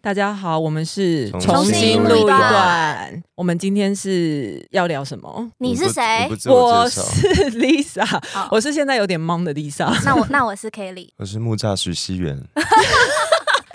大家好，我们是重新录一一段段。我们今天是要聊什么？你是谁你不？自我我介绍，是 Lisa，好我是现在有点懵的 Lisa。 那我那我是 Kelly，我是木栅徐 熙媛，哎、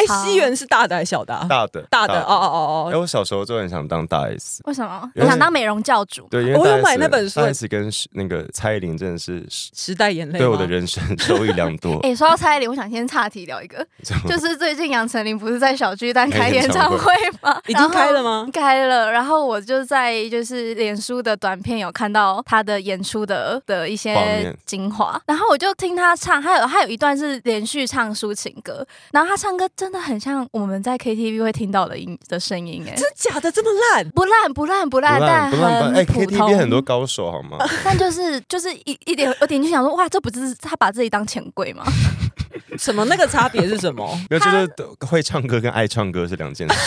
好西元是大的还是小的啊、大的大的哦。哦哎，哦哦，我小时候就很想当大 S， 为什么？原我来想当美容教主。对，因为哦我有大 S- 买那本书大 S 跟那个蔡依林真的是时代眼泪对我吗的人生 受益良多。哎、说到蔡依林，我想先岔题聊一个，嗯就是最近杨丞琳不是在小巨蛋开演唱会吗？已经开了吗然后开了，然后我就在就是脸书的短片有看到她的演出的的一画些面精华，然后我就听她唱，还有还有一段是连续唱抒情歌，然后她唱歌真的很像我们在 KTV 会听到的音的声音、哎，真假的这么烂？不烂不烂不不烂，但不烂吧，很哎普通。 ，KTV 很多高手 好吗？但就是就是一一点有点就想说，哇，这不是他把自己当钱柜吗？什么那个差别是什 么？没有，就是会唱歌跟爱唱歌是两件事。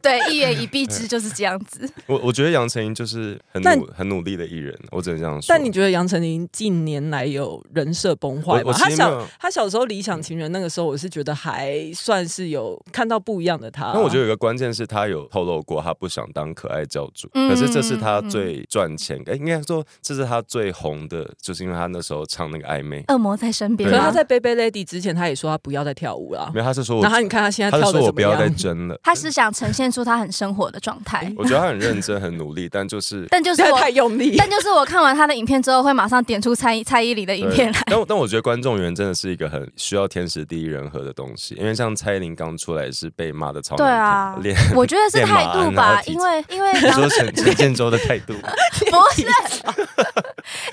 对，一言一蔽之就是这样子。我我觉得杨丞琳就是很但努很努力的艺人，我只能这样说。但你觉得杨丞琳近年来有人设崩坏我吗我？她其实没小有她小时候《理想情人》那个时候，我是觉得还算是有看到不一样的她。那我觉得有个关键是他有透露过，他不想当可爱教主，嗯可是这是他最赚钱，哎、应该说这是他最红的，就是因为他那时候唱那个暧昧， 恶魔在身边可对啊吗，是她在《Baby Lady》之前，她也说她不要再跳舞了没。有，他是说哦我，然后你看她现在他跳是的说我怎么不要再样？争了。他是想呈现出他很生活的状态，我觉得他很认真，很努力，但就是但就是 现在我太，用力。但就是我看完他的影片之后，会马上点出蔡蔡依林 的影片来对。但我但我觉得观众缘真的是一个很需要天时地利人和的东西，因为像蔡依林刚出来是被骂的超对啊脸，我觉得是态度练马然啊吧后，体因为因为 你杨说陈陈建州的态度，不是，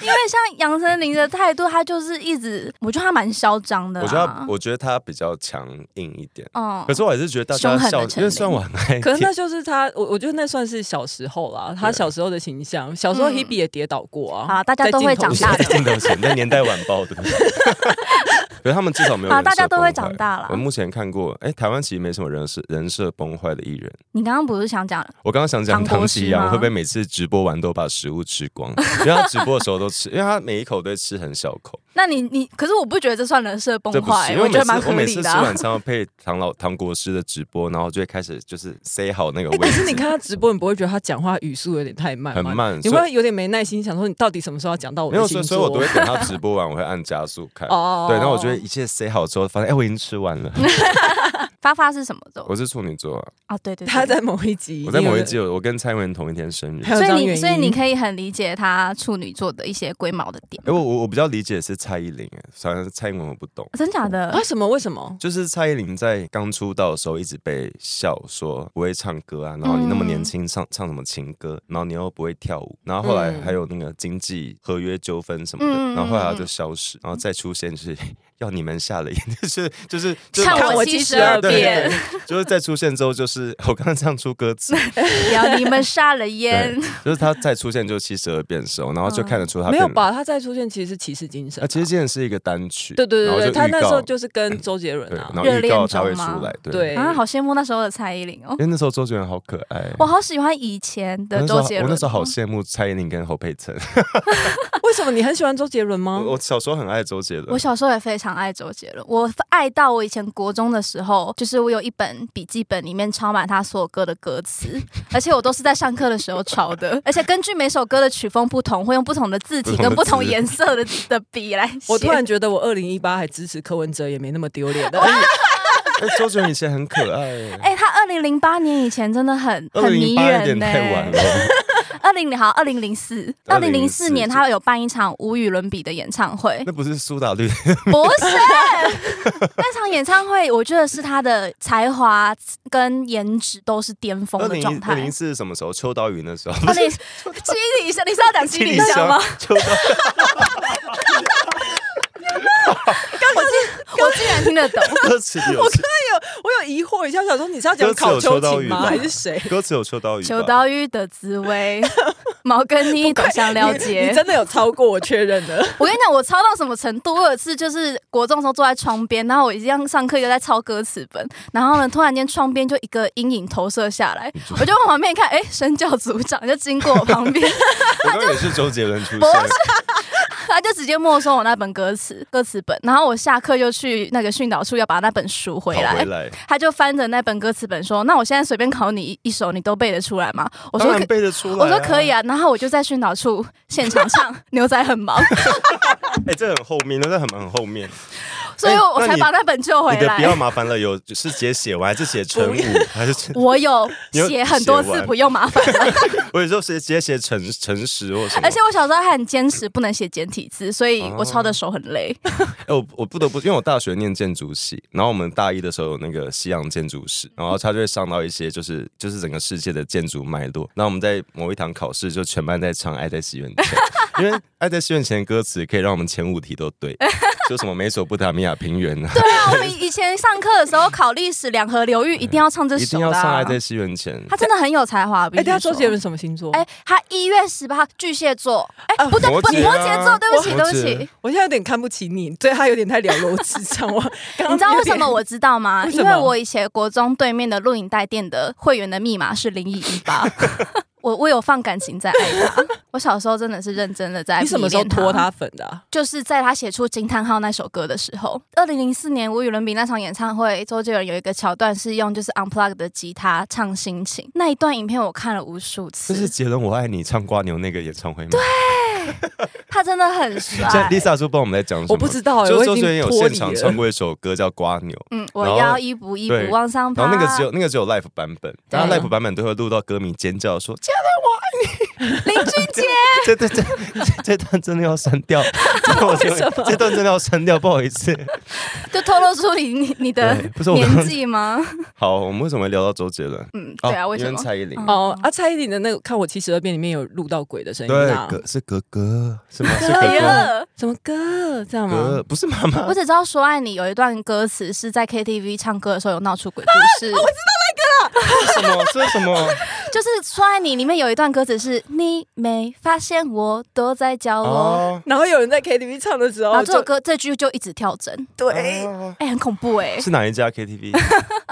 因为像杨丞琳的态度，他就是一直，我觉得他蛮嚣张的我觉得啦他。我觉得他比较强硬一点，嗯可是我还是觉得大凶家狠的笑，陈因为虽然我很爱可是听那就是她，我我觉得那算是小时候啦，啊她小时候的形象。小时候嗯 Hebe 也跌倒过啊，啊大家都会长大在镜头前镜的头前，那年代晚报的。 可是他们至少没有好人设大家都会崩坏长大啦我目前看过，哎，台湾其实没什么人设人设崩坏的艺人。你刚刚不是想讲我刚刚想讲唐唐国师奇阳吗会不会每次直播完都把食物吃 光？因为他直播的时候都吃，因为他每一口都吃很小口。那你你，可是我不觉得这算人设崩这不坏是，，因为每觉得次蛮合我每理次的吃啊、晚餐要配唐老唐国师的直播，然后就会开始就是塞好那个哎，位但是置你，看她直播，你不会觉得她讲话语速有点太慢吗？很慢你所以会有点没耐心，想说你到底什么时候要讲到我没的有，星所以座？所以我都会等他直播完，我会按加速 看。哦对，然后我觉得一切塞好之后，发现哎，我已经吃完哦了。发发是什么座我是处女座啊，啊？对对对他在某一集，我在某一季，我我跟蔡英文同一天生日。还有所张以你元所以你英可以很理解他处女座的一些龟毛的点，哎、我我我比较理解的是蔡依林，哎，反正蔡英文我不懂。真假啊的？什么？为什么？就是蔡依林在刚出道的时候一直被笑说不会唱歌啊，然后你那么嗯年轻唱唱什么情歌，然后你又不会跳舞，然后后来嗯还有那个经济合约纠纷什么的，嗯然后后来她就消失，然后再出现就是要你们下了眼， 就是就是就是像看我我七72十二对变，就是再出现之后就是我刚刚唱出 歌词，要你们杀了对烟。， 就是她再出现就七十二变瘦，然后就看得出她没有变吧？他再出现其实是骑士精神啊，啊。其实这件是一个单曲，对对然对后就对，他预那时候告就是跟周杰伦对，啊然，后热预恋告才中会出吗来，对，对啊，好羡慕那时候的蔡依林哦因，为那时候周杰伦好可爱，我好喜欢以前的周杰伦哦。我那时候好羡慕蔡依林跟侯佩岑，为什么你很喜欢周杰伦吗？ 我我小时候很爱周杰伦，嗯我小时候也非常爱周杰伦，我爱到我以前国中的时候，就是我有一本笔记本，里面抄满他所有歌的歌 词，而且我都是在上课的时候抄的，而且根据每首歌的曲风不同，会用不同的字体跟不不同同的字颜色的的笔来写。我突然觉得我二零一八还支持柯文哲也没那么丢脸 的。哎、周杰伦以前很可爱、哎、他二零零八年以前真的 很二很零迷零八有人欸点呢、太晚了。二零零好，二零零四，二零零四2004年他有办一场无与伦比的演唱 会，那不是苏打绿，不是那场演唱会，我觉得是他的才华跟颜值都是巅峰二的零状一态二。零一四是什么时候？邱道云的 时候，二零七里香，你是 要讲七里香吗？？邱道我竟然听得 懂。歌词 有我有疑惑一下，想说你是要讲歌词考有秋秋刀瑾鱼吗？吧还是 谁？歌词有邱道云吧，秋刀鱼的滋味，毛跟你总想了你解。真的有超过我确认 的。我跟你讲，我抄到什么程度？我有一次就是国中的时候坐在窗边，然后我一样上课又在抄歌词本，然后呢，突然间窗边就一个阴影投射下 来，我就往旁边看，哎、身教组长就经过我旁边，我刚刚也是周杰伦出 不现，他就直接没收我那本歌词歌词本，然后我下课就去那个训导处要把那本赎回跑来回。来，他就翻着那本歌词本说：“那我现在随便考你一一首，你都背得出来吗？”我说当：“然可背得出来、我说可以啊，啊。”然后我就在训导处现 场唱《牛仔很忙》，哎、这很后面，那很很后面。所以哎我我那才你把那本救回你的不来要。麻烦了，有是写写完还是写成不五，还是 我有你有写很多写次，完不用麻烦。我有时候写直接写诚诚实或什么。而且我小时候还很坚持不能写简体 字，所以我抄的手很累。哎、我我不得不，因为我大学念建筑系，然后我们大一的时候有那个西洋建筑史，然后他就会上到一些就是就是整个世界的建筑脉络。然后我们在某一堂考试，就全班在唱《爱在西元前》， 因为《爱在西元前》的歌词可以让我们前五题都 对，就什么美索不达米亚平原啊，对啊，我们以前上课的时候考历史、两河流域，一定要唱这一首定的要啊、上《爱在西元前》。他真的很有才华，我必哎，须大家周说杰伦什么星座？哎、他一月十八号巨蟹座，哎、啊不对，不摩摩羯啊羯座，对不起，摩对不羯起。我现在有点看不起你，对他有点太了如指 掌。我刚刚你知道有为什点么我知道吗？ 为什因么为我以前国中对面的录影带店的会员的密码是零一一八， 我我有放感情在爱他。我小时候真的是认真的在你什么时候迷恋拖他粉的啊？就是在他写出《惊叹号》那首歌的时候，二零零四年无与伦比那场演唱会，周杰伦有一个桥段是用就是 unplug 的吉他唱《心情》那一段影片，我看了无数这是次，杰伦《我爱你》唱瓜牛那个演唱会吗？他真的很现 在。帅 Lisa 说不知道我们在讲什么，我不知道哎就我是已周杰经伦有脱现离场了唱过一首歌叫《瓜牛》，嗯，我然后要一步一对步往上爬。然后那个只有那个只有 live 版本，然后对 live 版本都会录到歌迷尖叫说：“林俊杰，这这这这这段真的要删掉，这段我觉为什得么这段真的要删掉，不好意思。就透露出你你你的 对不是我刚年 纪吗？好，我们为什么会聊到周杰伦？嗯，对啊，哦为什因么？蔡依林嗯哦，啊，蔡依林的那个《看我七十二变》里面有录到鬼的声音对啊，，哥是哥哥是吗？是哎哥哥呀，什么歌这样哥吗？不是妈妈我。只知道《说爱你》有一段歌词是在 KTV 唱歌的时候有闹出鬼故 事，这是什么？这是什么？就是《说爱你》里面有一段歌词是“你没发现我躲在角落”，哦，然后有人在 KTV 唱的时然后候啊这首就，歌这句就一直跳针，对，哦哎、很恐怖哎、是哪一家 KTV？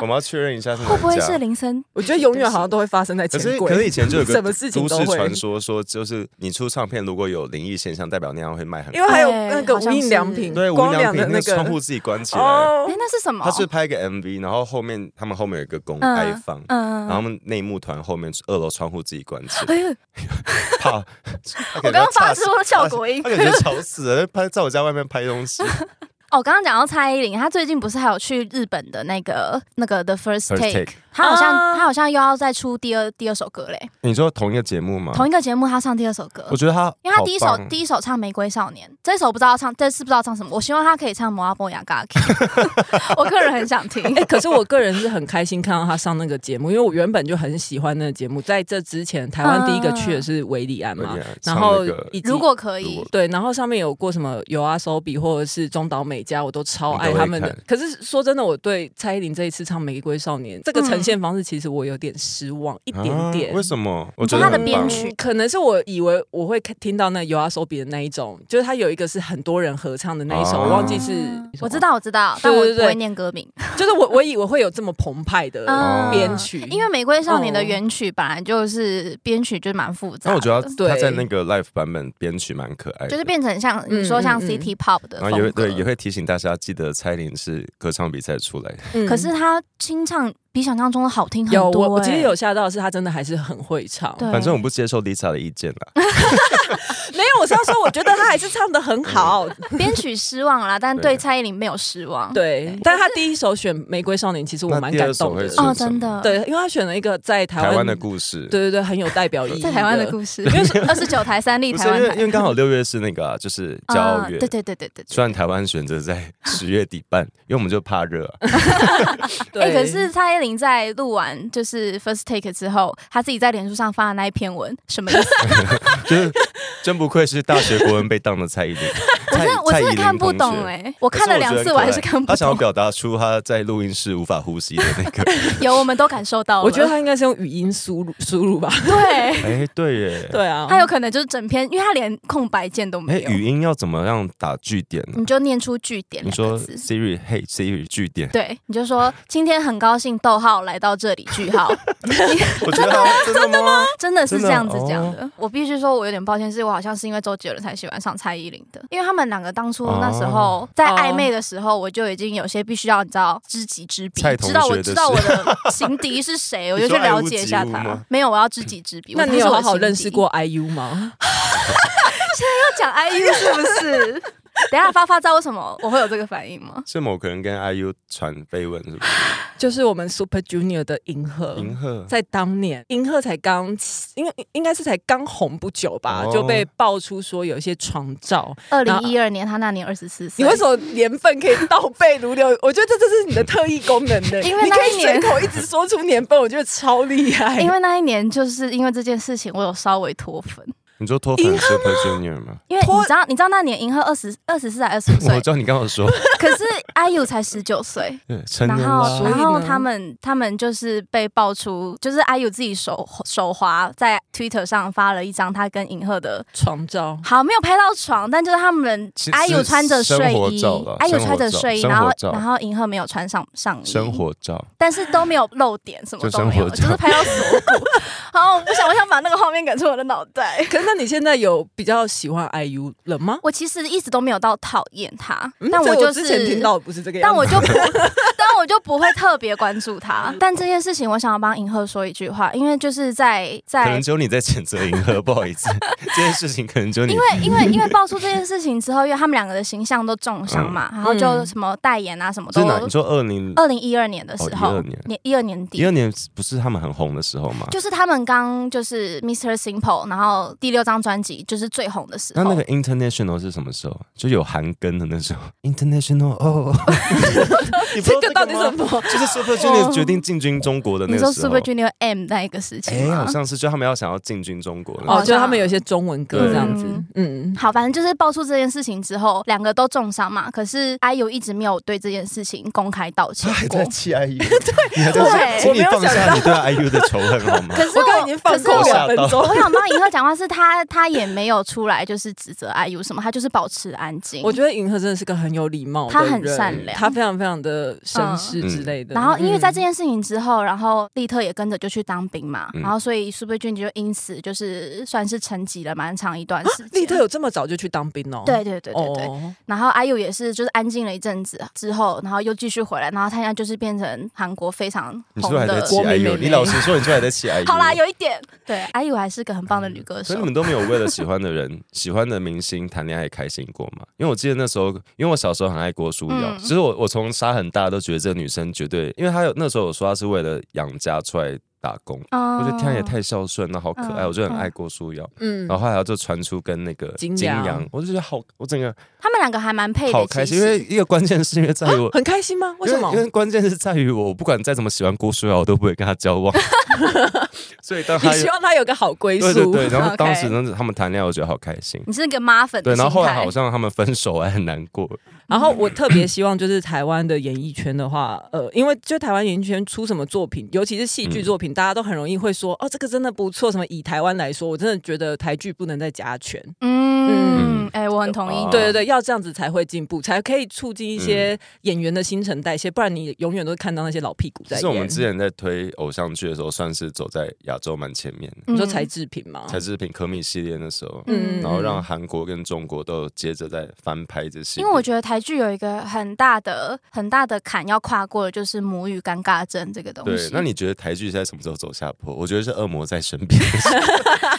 我们要确认一下是哪一家。会不会是林森？我觉得永远好像都会发生在可前是柜。可是以前就有个什么事情都都市会，传说说，就是你出唱片如果有灵异现象，代表那样会卖很因为还有对那个好无像印良是品对，无光良良品的那个个窗户自己关起来。哎、哦，那是什么？他是拍一个 MV，然后后面他们后面有一个公嗯开放，嗯然后他们内幕团后面二楼窗户自己关起来，哎呦， 怕。我 我刚刚发出了效果音他。感觉吵死了，拍在我家外面拍东西。哦，刚刚讲到蔡依林，她最近不是还有去日本的那个那个 The First First Take， Take 她好像啊她好像又要再出第二第二首歌嘞，你说同一个节目吗？同一个节目她唱第二首歌啊我。觉得哦他，因为她第一首第一，一首唱《玫瑰少年》，这首不知道要唱，这次不知道唱什么。我希望她可以唱《摩阿波雅嘎 基》，我个人很想听。哎、可是我个人是很开心看到他上那个节目，因为我原本就很喜欢那个节目。在这之前，台湾第一个去的是维里安嘛，维里安然后唱那个以及如果可以如，果对，然后上面有过什么有啊手比或者是中岛美嘉，我都超你都爱会他们的看。可是说真的，我对蔡依林这一次唱《玫瑰少年》这个呈现方式，其实我有点失望，一点点。啊为什么？我你觉说得他的很编棒曲可能是我以为我会看听到那有啊手比的那一种，就是他有一个是很多人合唱的那一首，哦我忘记是我知，道我知道，但对我对不对会念歌名。就是我我以为会有这么澎湃的嗯编曲，因为《玫瑰少年》的哦原曲本来就是编曲就是蛮复杂的，但我觉得他对他在那个 live 版本编曲蛮可爱的，就是变成像你说像嗯嗯 City Pop 的然后也风会对也格，会提醒大家，记得蔡依林是歌唱比赛出来的。嗯可是他清唱比想象中的好听很有多。我，我其哎实有吓到，是他真的还是很会唱。对，反正我不接受 Lisa 的意见 啦。没有，我是要说，我觉得他还是唱的很 好。编曲失望啦，但对对蔡依林没有失望。，对，但他第一首选《玫瑰少年》，其实我蛮感动那的第二首会。哦，是什么真的，，对，因为他选了一个在台台湾湾的故事，对对对，很有代表意义。在台湾的故事，二十九台三立不台是因湾为因台为刚好六月是那个啊，就是骄傲月啊，对对对对对。虽然台湾选择在 十月底办，因为我们就怕热啊、对，哎、可是蔡依林在录完就是 first take 之后，她自己在脸书上发的 那一篇文，什么意思？就是真不愧是大学国文被当的蔡依林， 我真的我蔡真的依林看不同懂学哎、我看了两次我还是看不他想要懂。表达出他在录音室无法呼吸的那个。 有，我们都感受到了。我觉得他应该是用语音输入输入吧。 对，哎，对耶。。对啊，他有可能就是整篇，因为他连空白键都哎，没有，语音要怎么样打句点呢？你就念出句点你两说个字。 Siri，嘿 Siri，句 点。对，你就说今天很高兴，逗号来到这里，句 号，我觉得 好真的吗？真的是真的这样子哦讲的。我必须说，我有点抱歉，是我好像是因为周杰伦才喜欢上蔡依林的，因为他们两个当初那时哦候在暧昧的时候，我就已经有些必须要你知道知己知彼蔡，同知道我学的知道我的 情敌是谁，我就你去说了解一下爱屋及乌他吗。没有，我要知己知彼。那我你有他是我好的好情敌认识过 IU 吗？要讲 IU 是不是？等一下发发知道为什么我会有这个反应吗？是某个人跟 IU 传绯闻，是不是？ 就是我们 Super Junior 的银嗯赫。银赫在当年，银赫才刚，应该应该是才刚红不久吧，哦就被爆出说有一些床照。二零一二年，他那年二十四岁。你为什么年份可以倒背如流？ 我觉得这这是你的特异功能的，因为你可那一以随年口一直说出年份，我觉得超厉害。因为那一年就是因为这件事情，我有稍微脱粉。你说脱粉 Super Junior 吗？因为脱你知道，你知道那年银赫二十二十四还二十五我岁知，道你刚刚 说，可是 IU 才十九岁。对，成然年后，所以了。呢然后他们他们就是被爆出，就是 IU 自己手手滑在 Twitter 上发了一张他跟银赫的，床照，好没有拍到床，但就是他们是 IU 穿着睡生活衣照啦，IU 穿着睡衣，生然后活照然后银赫没有穿上上衣，生活照，但是都没有露点，什么就都没生活有，就照是拍到锁骨。 好，我不想，我想把那个画面赶出我的脑袋。可是那你现在有比较喜欢 IU 了吗？我其实一直都没有到讨厌他，嗯但这我就之前是听，到的不是这个样但子，我就不， 但我就不会特别关注他。但这件事情，我想要帮银赫说一句话，因为就是在可在能只有你在谴责银 河，不好意思，这件事情可能只有你因。为因为因为爆出这件事情之后，因为他们两个的形象都重伤嘛，然后就什么代言啊什么嗯是都。哪？你说二零二零一二年的时候哦12年，年一二年一底二，年不是他们很红的时候吗？就是他们刚就是 Mr. Simple，然后第六张专辑就是最红的时那候。那个 international 是什么时候？就有韩庚的那时候 international 哦，你不知 道这个到底什吗？ 么？就是 Super Junior 决定进军中国的那哦你个说时 Super 候。 Junior M 那一个事哎情，吗？好像是，就他们要想要进军中国哦，了。就是他们有一些中文歌对这样子，嗯，好，反正就是爆出这件事情之后，两个都重伤嘛。可是 IU 一直没有对这件事情公开道歉 过。气 IU，你还在 对请我你没有放想下到你对 IU 的仇恨好吗可？是我刚刚已经可放是空我两分吓钟我。我想帮银赫讲话，是他他也没有出来就是指责 IU 什么，他就是保持安静。 我觉得银河真的是个很有礼貌的他人，很善良他非常非常的绅士之类的。然后，因为在这嗯件事情之后，然后利特也跟着就去当兵嘛，嗯然后所以 Super Junior 就因此就是算是沉寂了蛮长一啊段时间。利特有这么早就去当兵哦？对对对对对，哦然后 IU 也是就是安静了一阵子之后，然后又继续回来，然后他现在就是变成韩国非常你是红不是还在的气国民美 IU？眉你老实说，你是不是还在 气 IU？好啦，有一点，对，IU 还是个很棒的女歌嗯所以手你。们都没有为了喜欢的人、喜欢的明星谈恋爱开心过吗？因为我记得那时候，因为我小时候很爱郭书瑶，嗯其实我我从沙很大都觉得这个女生绝对，因为她有那时候有说她是为了养家出来打工，嗯我觉得天啊也太孝顺了，好可爱，嗯我就很爱郭书瑶。嗯然后后来她就传出跟那个金金阳阳，我就觉得好，我整个他们两个还蛮配好的，开其心，因为实。一个关键是因为在于我。啊很开心 吗？为什么因？为因为关键是在于我，我不管再怎么喜欢郭书瑶，我都不会跟她交 往。所以 当你她有希望他有个好归对对宿。对，然后当时 OK 呢，他们谈恋爱，我觉得好开心。你是个妈粉的对，心态，然后后来好像他们分手还很难过。 然后我特别希望就是台湾的演艺圈的话，呃，因为就台湾演艺圈出什么作品，尤其是戏剧作品，嗯大家都很容易会说哦，这个真的不错。什么以台湾来说，我真的觉得台剧不能再加权。嗯，哎、我很同意哦。对对对，要这样子才会进步，才可以促进一嗯些演员的新陈代谢，不然你永远都看到那些老屁股其在实我们演。之前在推偶像剧的时候，算是走在亚洲蛮前面的。你嗯说柴智屏吗？柴智屏、可米系列那时候，嗯然后让韩国跟中国都有接着在翻拍这些。因为我觉得台剧有一个很大的、很大的坎要跨过的，就是母语尴尬症这个东对西。，那你觉得台剧现在什么时候走下坡？我觉得是《恶魔在身边》，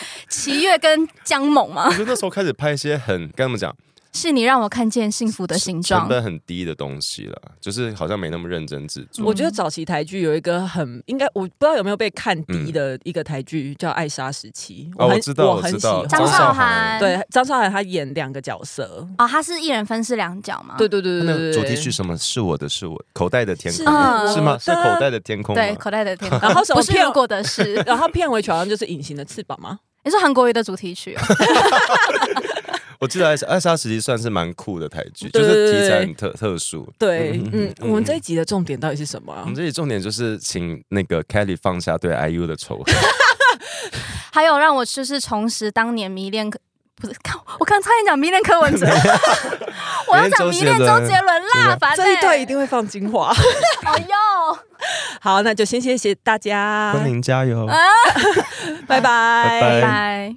齐越跟江猛吗我？觉得那时候开始拍一些很跟他们讲是你让我看见幸福的形成状。本很低的东西了，就是好像没那么认真制作。我觉得早期台剧有一个很应该，我不知道有没有被看低的一个台剧叫《爱莎时期》，嗯哦，很我知道，我我很知喜道，欢。张韶韶涵涵对张韶涵她演两个角色，哦，他是一人分饰两角吗？对对对对那对个对主题曲什么是我的，是我口袋的天空是我是吗？的是口袋的天空吗？对，口袋 的天空，然后什么不是片。如果的事 然后片尾曲好像就是《隐形的翅膀》嘛，你说韩国语的主题曲哦、我记得艾莎艾莎其实算是蛮酷的台剧，就对是题材很特特殊。对，嗯，我们这一集的重点到底是什么啊我们？这里重点就是请那个 Kelly 放下对 IU 的仇恨，还有让我就是重拾当年迷恋柯，不是，靠我刚差点讲迷恋柯文 哲，我要讲迷恋周杰伦迷恋周杰啦，伦反正这一段一定会放精华。 好用。好，那就先谢谢大啊家， 昆凌加油！拜拜，拜拜。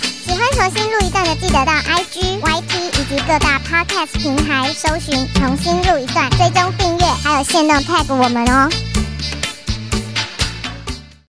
喜欢重新录一段的，记得到 IG、YT 以及各大 Podcast 平台搜寻“重新录一段”，追踪订阅，还有限定 tag 我们哦。